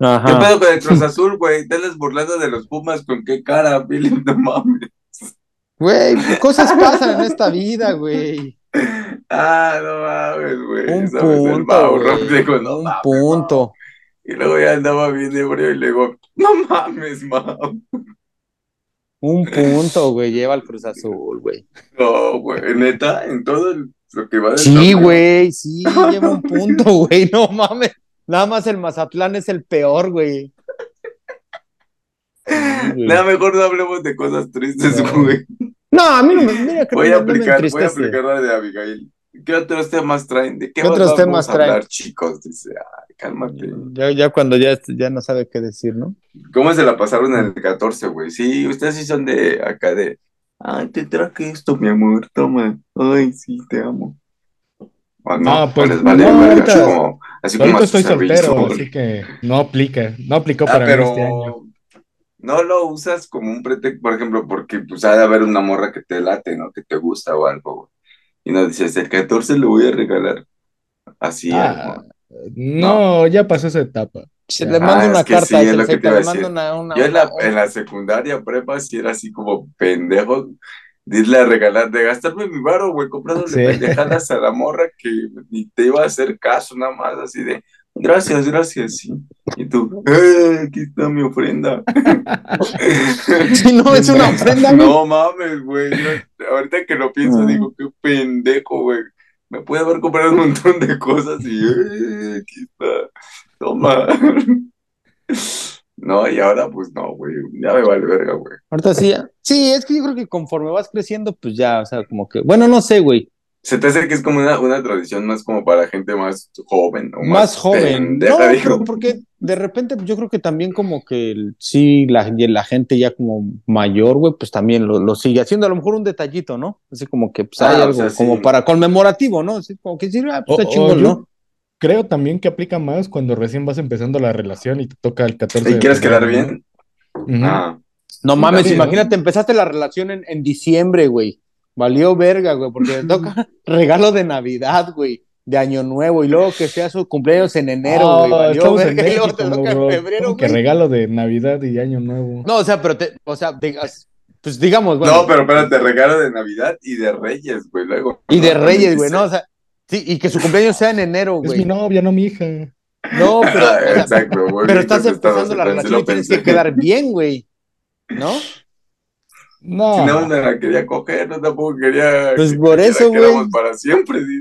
B: ¿Qué
A: Ajá.
B: pedo con el
A: [laughs]
B: Cruz Azul, güey? Te las burlando de los Pumas, ¿con qué cara, Billy? [laughs] No mames.
A: Güey, cosas pasan en esta vida,
B: [laughs]
A: güey.
B: Ah, no mames, güey.
A: Un
B: Sabes, el
A: punto,
B: Mau
A: güey.
B: Robles, no
A: Un
B: mames,
A: punto.
B: Y luego ya andaba bien ebrio y le digo, no mames, Mau. [laughs]
A: Un punto, güey. Lleva al Cruz Azul, güey.
B: No, güey. Neta, en todo el- lo que va del
A: Sí,
B: torneo.
A: güey. Sí, lleva
B: [laughs]
A: un punto, güey. No mames. Nada más el Mazatlán es el peor, güey.
B: Nada, mejor no hablemos de cosas tristes,
A: [laughs]
C: No.
B: güey.
A: No, a mí no me. Mira que
B: Voy
A: no
B: a
A: me- no me
B: aplicar, voy a
A: entristece.
B: aplicar la de Abigail. ¿Qué otros temas traen? ¿De qué,
A: ¿Qué
B: más
A: otros
B: vamos
A: temas
B: a hablar,
A: traen?
B: chicos? Dice, ay, cálmate.
A: Ya, ya cuando ya, ya no sabe qué decir, ¿no?
B: ¿Cómo se la pasaron en el 14, güey? Sí, ustedes sí son de acá de. Ay, te traje esto, mi amor, toma. Ay, sí, te amo. O no,
C: Ah,
B: o
C: pues,
B: les vale
C: no,
B: verga,
C: ahorita-
B: así como, así como
C: Ahorita
B: a sus
C: estoy soltero,
B: servicios.
C: así que no aplica, no aplicó
B: Ah,
C: para mí este año.
B: pero no lo usas como un pretexto, por ejemplo, porque pues ha de haber una morra que te late, ¿no? Que te gusta o algo, güey. Y no dices, el 14 le voy a regalar. Así,
C: Ah,
B: algo.
C: no, ya pasó esa etapa.
A: Se
C: Ya.
A: le manda
B: Ah,
A: una
B: es que
A: carta,
B: sí, es
A: dice el
B: lo que te
A: Zeta,
B: iba a
A: le manda
B: decir.
A: una, una-
B: Yo en la,
A: una-
B: en la secundaria prepa sí era así como pendejo. Dile a regalar, de gastarme mi varo, güey, comprándole
C: Sí.
B: pendejadas a la morra que ni te iba a hacer caso, nada más, así de, gracias, gracias, sí. Y tú, "Eh, aquí está mi ofrenda.
A: Sí, [laughs] no, es una ofrenda, güey.
B: No mames, güey. yo- Ahorita que lo pienso,
A: Ah.
B: digo, qué pendejo, güey. Me puede haber comprado un montón de cosas y "Eh, aquí está. Toma. No, y ahora pues no, güey. Ya me vale verga, güey.
A: Ahorita sí, ya. sí, es que yo creo que conforme vas creciendo, pues ya, o sea, como que, bueno, no sé, güey,
B: Se te hace que es como una, una tradición más como para gente más joven o
A: más, joven. No,
B: pendeja, digo.
A: pero porque de repente pues, yo creo que también como que el- sí, la, la gente ya como mayor, güey, pues también lo, lo sigue haciendo, a lo mejor un detallito, ¿no? Así como que pues
B: Ah,
A: hay
B: o
A: algo
B: sea, sí.
A: como para conmemorativo, ¿no? Así como que sí, ah, pues,
C: O-
A: está
C: o
A: chingón,
C: yo
A: ¿no?
C: Creo también que aplica más cuando recién vas empezando la relación y te toca el 14
B: ¿Y
C: de
B: quieres
C: febrero,
B: quedar
C: ¿no?
B: bien?
C: Ujú.
B: Ah,
A: No
B: Sí,
A: mames,
B: también.
A: imagínate, empezaste la relación en, en diciembre, güey. Valió verga, güey, porque te
C: [laughs]
A: toca [laughs] regalo de Navidad, güey, de Año Nuevo, y luego que sea su cumpleaños en enero, güey.
C: Ah,
A: Valió
C: estamos en
A: verga, [laughs] y luego te
C: México,
A: toca en
C: bro.
A: febrero,
C: ¿Cómo que
A: güey.
C: regalo de Navidad y Año Nuevo.
A: No, o sea, pero te, o sea, digas, pues digamos, bueno.
B: No, pero espérate, regalo de Navidad y de Reyes, güey. Luego,
A: Y de
B: ¿no?
A: Reyes,
B: También
A: güey,
B: dice- [laughs]
A: ¿no? O sea, sí, y que su cumpleaños sea en enero,
C: es
A: güey.
C: mi novia, no mi hija.
A: No, pero,
B: Ah,
A: o sea,
B: Exacto, güey.
A: pero estás
B: entonces estaba-
A: empezando la
B: entonces
A: relación y
B: lo
A: tienes
B: pensé.
A: que quedar bien, güey. ¿No?
C: No.
B: Si nada más me la quería coger, no tampoco quería.
A: Ah. Pues
B: que-
A: por
B: que la
A: eso,
B: queramos
A: güey.
B: para siempre, sí.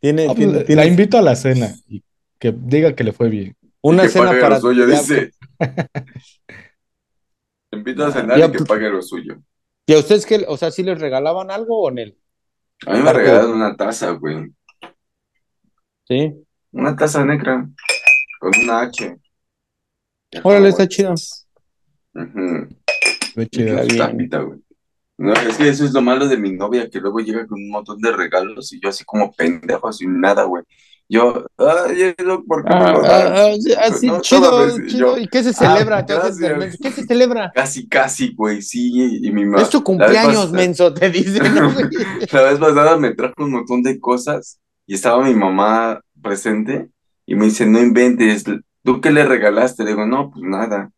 A: Tiene,
C: Ah, pues,
A: tiene,
C: la
A: tienes
C: invito a la cena y que diga que le fue bien.
A: una
B: que
A: escena
B: pague
A: para.
B: lo suyo,
A: ya-
B: dice.
A: [laughs]
B: Te invito a cenar
A: Ya,
B: y que
A: pues-
B: pague lo suyo.
A: ¿Y a ustedes qué, o sea, si les regalaban algo o en él?
B: A mí me
A: Paco.
B: regalaron una taza, güey.
A: Sí.
B: Una taza negra. Con una H. De
A: Órale,
B: Hawái.
A: está chido.
B: Ujú.
C: De
B: Y
C: chido.
B: con su
A: bien.
B: tapita, güey. No, es que eso es lo malo de mi novia, que luego llega con un montón de regalos y yo así como pendejo, sin nada, güey. Yo, ay, eso, ¿por qué me
A: Ah,
B: lo das?
A: ah, ah, sí, así,
B: No,
A: chido,
B: todo me-
A: chido.
B: yo-
A: ¿Y qué se celebra
B: Ah,
A: entonces del
B: gracias.
A: menso? ¿Qué se celebra?
B: Casi, casi, güey, sí, y mi mamá.
A: es tu
B: la vez
A: cumpleaños,
B: pas-
A: menso, te
B: [laughs]
A: dicen, ¿no, güey?
B: La vez pasada me trajo un montón de cosas y estaba mi mamá presente y me dice, no inventes, ¿tú qué le regalaste? Le digo, no, pues nada.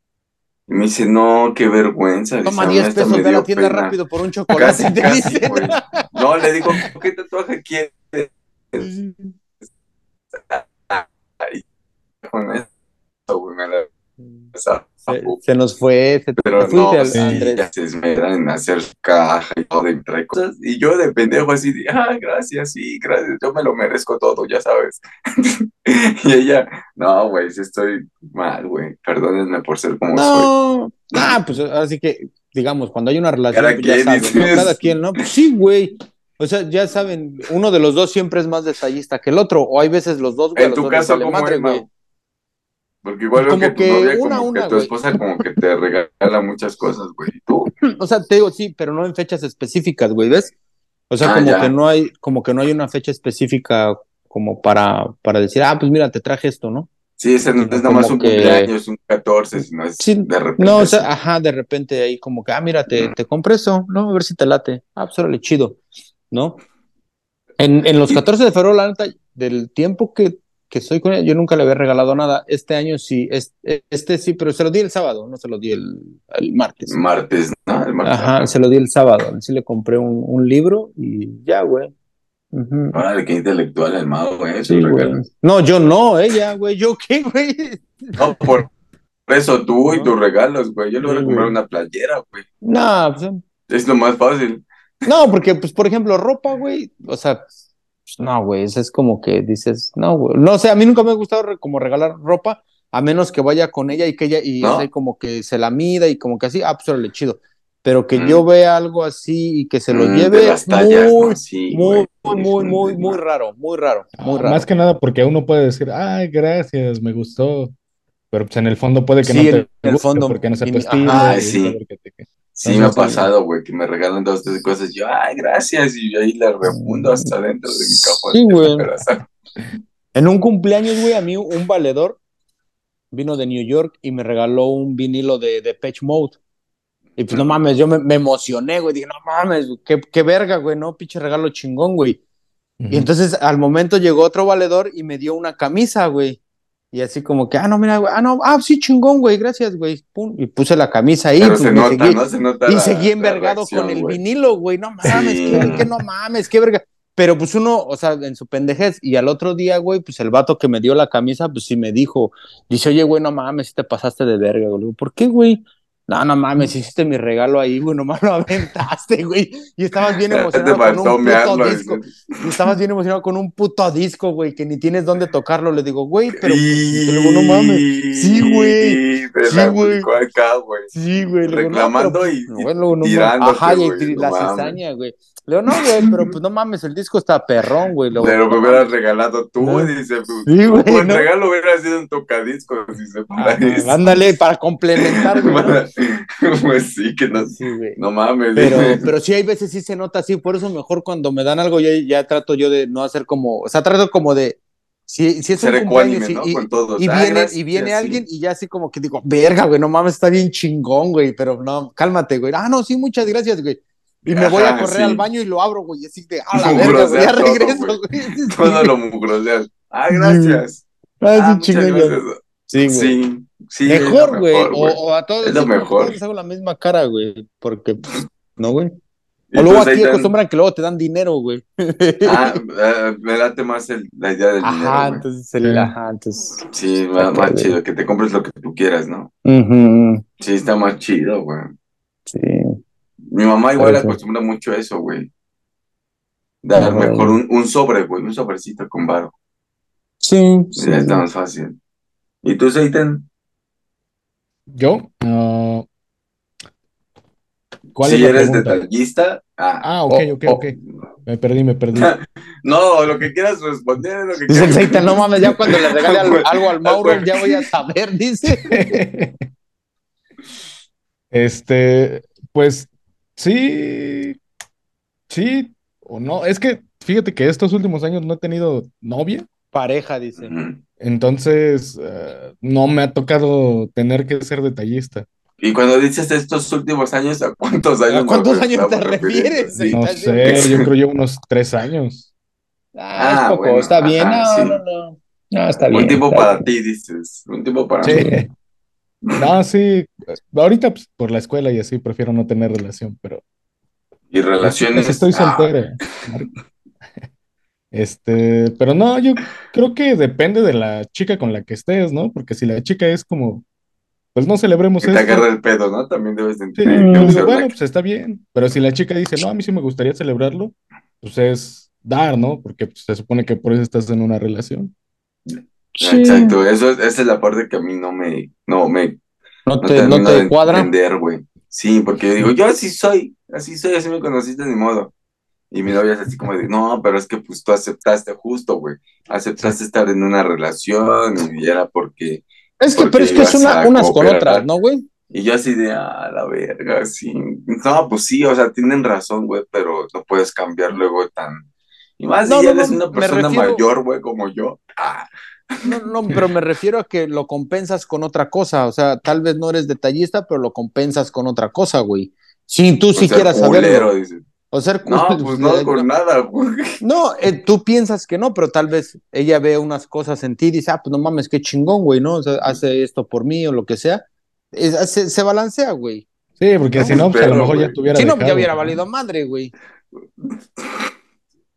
B: Y me dice, no, qué vergüenza. Dice,
A: Toma
B: "A mí
A: 10
B: hasta
A: pesos,
B: me
A: ve a la
B: dio
A: tienda
B: pena".
A: rápido por un
B: Casi,
A: chocolate, te
B: casi,
A: dicen.
B: güey. No, le digo, ¿qué tatuaje quieres con esto, güey? Me la esa-
A: Se, se nos fue, se te
B: Pero
A: fuiste,
B: no,
A: al-
B: sí,
A: Andrés.
B: ya se esmeran en hacer caja y todo, y traer cosas. Y yo de pendejo así, de, ah, gracias, sí, gracias, yo me lo merezco todo, ya sabes. [laughs] y ella, no, güey, sí estoy mal, güey, perdónenme por ser como soy.
A: No, ah, pues así que, digamos, cuando hay una relación,
B: Cada
A: pues, ya
B: quien,
A: saben, ¿no?
B: dices.
A: Cada quien, ¿no? Pues, sí, güey. O sea, ya saben, uno de los dos siempre es más detallista que el otro, o hay veces los dos, güey. a
B: En
A: los
B: tu
A: dos les
B: caso,
A: vale
B: ¿cómo
A: madre,
B: es,
A: güey.
B: Mau? Porque igual
A: Como
B: veo que tu
A: que
B: novia,
A: una a
B: como que
A: una,
B: tu
A: güey.
B: esposa, como que te regala muchas cosas, güey. ¿Y tú?
A: O sea, te digo, sí, pero no en fechas específicas, güey, ¿ves? O sea,
B: Ah,
A: como
B: ya.
A: que no hay, como que no hay una fecha específica como para, para decir, ah, pues mira, te traje esto, ¿no?
B: Sí, ese no es
A: Sino
B: nada más un
A: como que-
B: cumpleaños, un 14, sino es
A: Sí,
B: de repente.
A: No, o
B: así.
A: sea, ah, ajá, de repente ahí como que, ah, mira, te, te compré eso, ¿no? A ver si te late. Ah, pues órale, chido, ¿no? En, en los
B: Y-
A: 14 de febrero, la neta, del tiempo que, que estoy con ella, yo nunca le había regalado nada. Este año sí, es- este, sí, pero se lo di el sábado, no se lo di el, el martes.
B: martes, ¿no? El martes.
A: Ajá, se lo di el sábado. Sí le compré un, un libro y ya, güey. Ujú.
B: Órale, qué intelectual el eh, mago, güey.
A: Sí,
B: esos
A: güey.
B: regalos.
A: No, yo no, ella, güey. ¿Yo qué, güey? [laughs]
B: No, por por eso tú y
A: No.
B: tus regalos, güey. Yo le voy a
A: Sí,
B: comprar
A: güey.
B: una playera, güey.
A: No, pues,
B: Es lo más fácil.
A: No, porque, pues, por ejemplo, ropa, güey, o sea, pues, no, güey, eso es como que dices, no, güey, no, o sea, a mí nunca me ha gustado re- como regalar ropa, a menos que vaya con ella y que ella, y
B: ¿No?
A: o sea, como que se la mida y como que así, ah, pues, órale, chido, pero que
B: Mm.
A: yo vea algo así y que se lo
B: Mm, de
A: lleve,
B: las tallas,
A: muy,
B: ¿no? Sí,
A: muy,
B: güey.
A: muy, muy, muy raro, muy raro, muy
C: Ah,
A: raro.
C: Más que nada porque uno puede decir, ay, gracias, me gustó. Pero pues en el fondo puede que
A: Sí,
C: no te
A: en el
C: guste
A: fondo,
C: porque no sea tu
A: y-
C: estilo.
B: ajá.
C: y
B: Ay, sí.
C: puede que te-
B: Sí, me ha
C: Entonces,
B: pasado, güey, que me regalan dos, tres cosas. Yo, ay, gracias. Y ahí las
A: Mm.
B: refundo hasta dentro de mi cajón.
A: Sí, güey.
B: [laughs] Pero hasta-
A: En un cumpleaños, güey, a mí un valedor vino de New York y me regaló un vinilo de Depeche Mode. Y pues no mames, yo me, me emocioné, güey. Dije, no mames, qué, qué verga, güey, no, pinche regalo chingón, güey. Y entonces al momento llegó otro valedor y me dio una camisa, güey. Y así como que, ah, no, mira, güey, ah, no, ah, sí, chingón, güey, gracias, güey. Pum, y puse la camisa ahí.
B: Pero
A: pues,
B: se
A: me
B: nota,
A: seguí-
B: ¿no? Se nota.
A: y
B: la-
A: seguí
B: la
A: envergado
B: reacción,
A: con el
B: [laughs] güey.
A: vinilo, güey. No mames,
B: Sí.
A: qué, qué no mames, qué verga. Pero pues uno, o sea, en su pendejez. Y al otro día, güey, pues el vato que me dio la camisa, pues sí me dijo, dice, oye, güey, no mames, si te pasaste de verga, güey. Le digo, ¿Por qué, güey? No, no mames,
B: Mm.
A: hiciste mi regalo ahí, güey, nomás lo aventaste, güey. Y estabas
B: [laughs]
A: bien
B: Ya
A: emocionado con
B: faltó
A: un puto
B: mearlo,
A: disco.
B: dices.
A: Y estabas bien emocionado con un puto disco, güey, que ni tienes dónde tocarlo. Le digo, güey, pero pues,
B: Y-
A: y luego, no mames. Sí, güey.
B: Te
A: Sí,
B: la
A: güey.
B: aplicó acá, güey.
A: Sí, güey. Le digo, no, pero
B: Reclamando y,
A: no, güey, luego no
B: tirándote,
A: mames. Ajá, y
B: güey,
A: tri-
B: no
A: la
B: mames.
A: cizaña, güey. Le digo, no, güey, pero pues no mames, el disco está perrón, güey. Luego,
B: Pero me
A: no
B: hubieras
A: mames.
B: regalado tú,
A: No.
B: dice. pues,
A: Sí, güey,
B: Un buen
A: ¿no?
B: regalo hubiera sido un tocadiscos, dice. para
A: Ah, no,
B: eso.
A: ándale, para complementar, güey. ¿no?
B: [laughs] pues sí, que no,
A: Sí, güey.
B: no mames.
A: Pero,
B: dice.
A: pero sí, hay veces sí se nota así, por eso mejor cuando me dan algo, ya, ya trato yo de no hacer como, o sea, trato como de, si, si es
B: Ser
A: un cumpleaños
B: ecuánime,
A: y,
B: ¿no?
A: y-
B: Con todos.
A: y
B: Ah,
A: viene,
B: gracias,
A: y viene
B: sí.
A: alguien
B: [laughs]
A: y ya así como que digo, verga, güey, no mames, está bien chingón, güey, pero no, cálmate, güey. Ah, no, sí, muchas gracias, güey. Y me voy a
B: Ajá,
A: correr
B: sí.
A: al baño y lo abro, güey, y así de, ah, la
B: Mugrosear
A: verga, güey, ya
B: todo,
A: regreso,
B: güey.
A: güey. Sí,
B: Todo
A: [laughs]
B: lo mugroseas. Ah, gracias.
A: Ah, sí,
B: [laughs] Ah, muchas
A: chingón,
B: gracias.
A: Sí, güey.
B: Sí, sí, es lo
A: Mejor, güey.
B: mejor,
A: O,
B: güey.
A: o a todos,
B: Es
A: sí,
B: lo
A: como que
B: mejor.
A: todos les hago la misma cara, güey, porque, pues, no, güey.
B: Y
A: O luego
B: entonces
A: aquí
B: ahí te dan-
A: acostumbran que luego te dan dinero, güey.
B: Ah, eh, me late más el- la idea del
A: Ajá,
B: dinero, güey.
A: entonces el,
C: Sí.
A: ajá, entonces.
B: Sí, más,
A: Exacto,
B: más
A: güey.
B: chido, que te compres lo que tú quieras, ¿no?
A: Ujú,
B: Sí, está más chido, güey.
A: sí.
B: Mi mamá igual
A: Pero sí.
B: acostumbra mucho eso, güey. Dar
A: Órale.
B: mejor un, un sobre, güey, un sobrecito con varo.
A: Sí, sí.
B: Ya está más fácil. ¿Y tú, Seitan?
C: Yo, Ah, ¿cuál
B: Si
C: es la
B: eres
C: pregunta?
B: detallista, ah,
C: Ah, ok,
A: O-
C: ok,
A: o-
C: ok. Me perdí,
B: [laughs]
C: me perdí.
B: no, lo que quieras responder, lo que
A: [laughs] Dice el
B: quieras.
A: Seitan, no mames, ya cuando le regale al-
B: [laughs] Güey,
A: algo al Mauro,
B: güey.
A: ya voy a saber, [laughs] dice.
C: Este, pues sí, sí o no. Es que fíjate que estos últimos años no he tenido novia,
A: Pareja, dice.
B: Ujú.
C: entonces eh, no me ha tocado tener que ser detallista.
B: Y cuando dices estos últimos años, ¿a cuántos años
A: ¿A
B: nos
A: cuántos años te
B: estamos refiriendo?
A: refieres,
B: Sí.
C: No
A: Seitan? Yo-
C: sé, yo creo yo unos tres años.
A: Ah, es
B: Ah,
A: poco,
B: bueno,
A: está bien. no,
B: ajá, sí.
A: no, no. No, está
B: Un
A: bien.
B: tiempo
A: está
B: para
A: bien.
B: ti, dices. Un tiempo para
C: Sí.
B: mí.
C: No, sí. eh, Ahorita pues, por la escuela y así prefiero no tener relación, pero
B: Y
C: las chicas
B: relaciones.
C: Pues estoy
B: Ah, [laughs]
C: soltera. Marco. Este, pero no, yo creo que depende de la chica con la que estés, ¿no? Porque si la chica es como, pues no celebremos
B: ah, que te
C: esto,
B: agarra el pedo, ¿no? También debes de
C: sí,
B: entender que
C: yo
B: o
C: digo,
B: sea, la-
C: bueno, pues está bien. Pero si la chica dice, no, a mí sí me gustaría celebrarlo, pues es dar, ¿no? Porque pues, se supone que por eso estás en una relación.
B: Exacto, eso es, esa es la parte que a mí no me, no me,
A: No
B: no
A: te, no
B: termino de
A: te cuadra.
B: entender, güey. Sí, porque yo digo, yo así soy, así soy, así me conociste, ni modo. Y mi novia es así como de, no, pero es que pues tú aceptaste justo, güey. Aceptaste estar en una relación y era porque
A: Es que,
B: Porque
A: pero es que
B: ibas
A: son una-
B: a
A: unas con
B: cooperar.
A: otras, ¿no, güey?
B: Y yo así de, ah, la verga, sí. No, pues sí, o sea, tienen razón, güey, pero no puedes cambiar luego tan... Y más
A: No,
B: si
A: no,
B: eres
A: no,
B: una
A: me
B: persona
A: refiero-
B: mayor, güey, como yo. Ah,
A: No,
B: [laughs]
A: no, pero me refiero a que lo compensas con otra cosa. O sea, tal vez no eres detallista, pero lo compensas con otra cosa, güey. Sin tú
B: o sea,
A: siquiera
B: culero,
A: saberlo. [laughs]
B: dice.
A: O ser
B: No,
A: culero,
B: pues
A: [laughs]
B: no, con nada, güey.
A: No, eh, tú piensas que no, pero tal vez ella ve unas cosas en ti y dice, ah, pues no mames, qué chingón, güey, ¿no? O sea, hace esto por mí o lo que sea. Es- ah, se, se balancea, güey.
C: Sí, porque si no, pues a lo
B: Pero,
C: mejor ya
B: güey.
C: tuviera.
A: Si no,
C: dejado,
A: ya hubiera
C: ¿no?
A: valido madre, güey.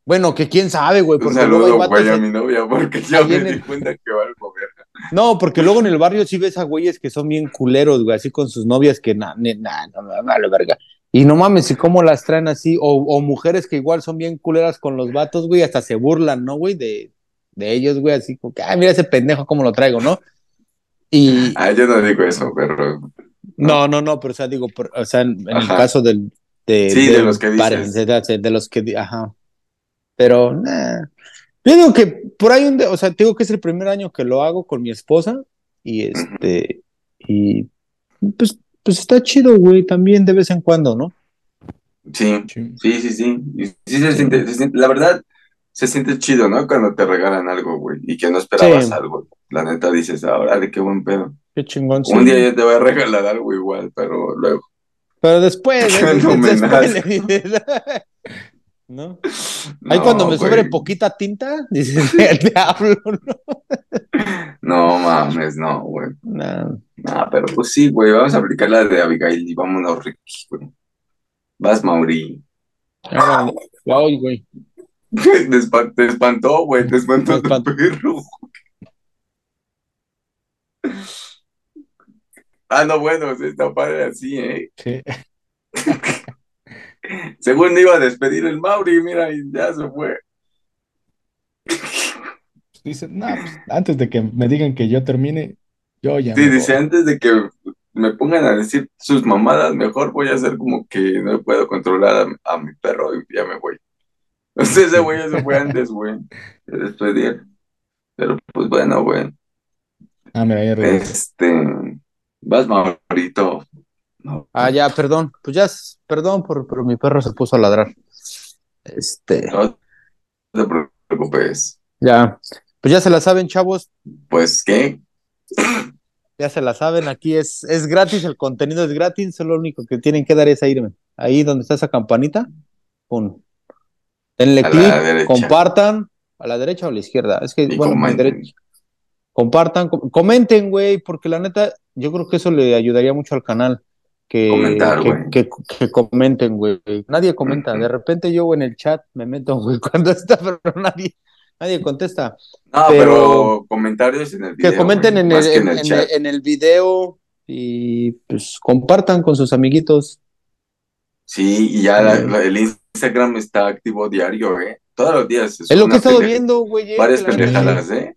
A: Bueno, que quién sabe, güey,
B: Un
A: Pues, porque luego hay
B: saludo,
A: vatos
B: güey, a
A: en-
B: mi novia, porque yo
A: Ahí
B: me
A: en
B: di
A: el-
B: cuenta que valgo verga.
A: No, porque luego en el barrio sí ves a güeyes que son bien culeros, güey, así con sus novias que na, ne- na, no, no, vale verga. Y no mames, ¿y cómo las traen así? O, o mujeres que igual son bien culeras con los vatos, güey, hasta se burlan, ¿no, güey? De, de ellos, güey, así como que, ah, mira ese pendejo cómo lo traigo, ¿no? Y
B: Ah, yo no digo eso, pero...
A: no, no, no, pero o sea, digo, por- o sea, en, en el
B: Ajá.
A: caso del. De,
B: Sí, de
A: del
B: los que dices.
A: paren- de, de- de los que. di- Ajá. Pero, nah. Yo digo que por ahí, un de- o sea, te digo que es el primer año que lo hago con mi esposa y este. Y pues, pues está chido, güey, también de vez en cuando, ¿no?
B: Sí,
C: Sí.
B: sí, sí, sí. Y sí se siente, se siente- la verdad, se siente chido, ¿no? Cuando te regalan algo, güey, y que no esperabas
A: Sí.
B: algo. La neta dices, ahora, de qué buen pedo.
A: Qué chingón. sí.
B: Un día yo te voy a regalar algo igual, pero luego.
A: Pero
B: [laughs]
A: después, ¿eh?
B: Fenomenal.
A: Después le dices, [laughs] ¿No? Ahí
B: No,
A: cuando me
B: güey.
A: sobre poquita tinta, [laughs] dices, te hablo, ¿no?
B: No mames, no, güey.
A: Nah.
B: Ah, pero pues sí, güey, vamos a aplicar la de Abigail y vámonos, Ricky, güey. Vas, Mauri.
A: Ah, bueno. Ay, güey.
B: Te, espa- te espantó, güey, te espantó
A: Me espantó.
B: tu perro. güey. Ah, no, bueno, sí está padre así, ¿eh?
C: Sí. [laughs]
B: Según me iba a despedir el Mauri, mira, y ya se fue.
C: Dicen, no, pues, antes de que me digan que yo termine, yo ya.
B: Sí,
C: me
B: dice,
C: voy".
B: antes de que me pongan a decir sus mamadas, mejor voy a hacer como que no puedo controlar a, a mi perro y ya me voy. [laughs] Entonces ese güey ya se fue antes, güey, de despedir. Pero pues bueno, güey,
C: Ah, mira, ya regresé.
B: este, vas Maurito. No.
A: Ah, ya, perdón. Pues ya, s- perdón, por, pero mi perro se puso a ladrar. Este,
B: [laughs] No te preocupes.
A: ya. Pues ya se la saben, chavos.
B: Pues, ¿qué?
A: Ya se la saben. Aquí es, es gratis, el contenido es gratis. Solo lo único que tienen que dar es a irme. Ahí donde está esa campanita, pum. Denle
B: A la
A: clic,
B: derecha.
A: compartan. ¿A la derecha o a la izquierda? Es que,
B: Y
A: bueno,
B: comenten.
A: dere- compartan, com- comenten, güey, porque la neta, yo creo que eso le ayudaría mucho al canal. Que,
B: Comentar,
A: que-
B: güey.
A: que, que comenten, güey. Nadie comenta.
B: Ujú.
A: De repente yo en el chat me meto, güey, [laughs] cuando está, pero nadie, nadie contesta.
B: No, pero,
A: Pero-
B: comentarios en el
A: Que
B: video.
A: comenten
B: güey,
A: en el,
B: más que
A: en,
B: en el
A: en
B: chat.
A: el- en el video y pues compartan con sus amiguitos.
B: Sí, y ya la-
A: Sí.
B: la- el Instagram está activo diario, ¿eh? Todos los días.
A: Es lo que he
B: una
A: estado
B: pendeja-
A: viendo, güey. eh,
B: Varias
A: que la neta,
B: pendejadas, ¿eh?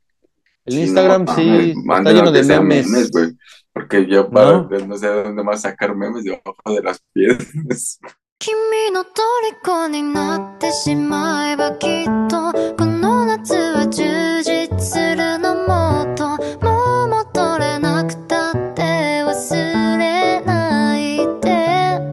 A: El Instagram
B: no mames,
A: sí está
B: manden
A: lleno
B: lo
A: de
B: que sea
A: memes.
B: güey, porque yo para
A: ¿No?
B: no. sé de dónde más sacar memes debajo de las piedras.
D: 君の虜になってしまえばきっ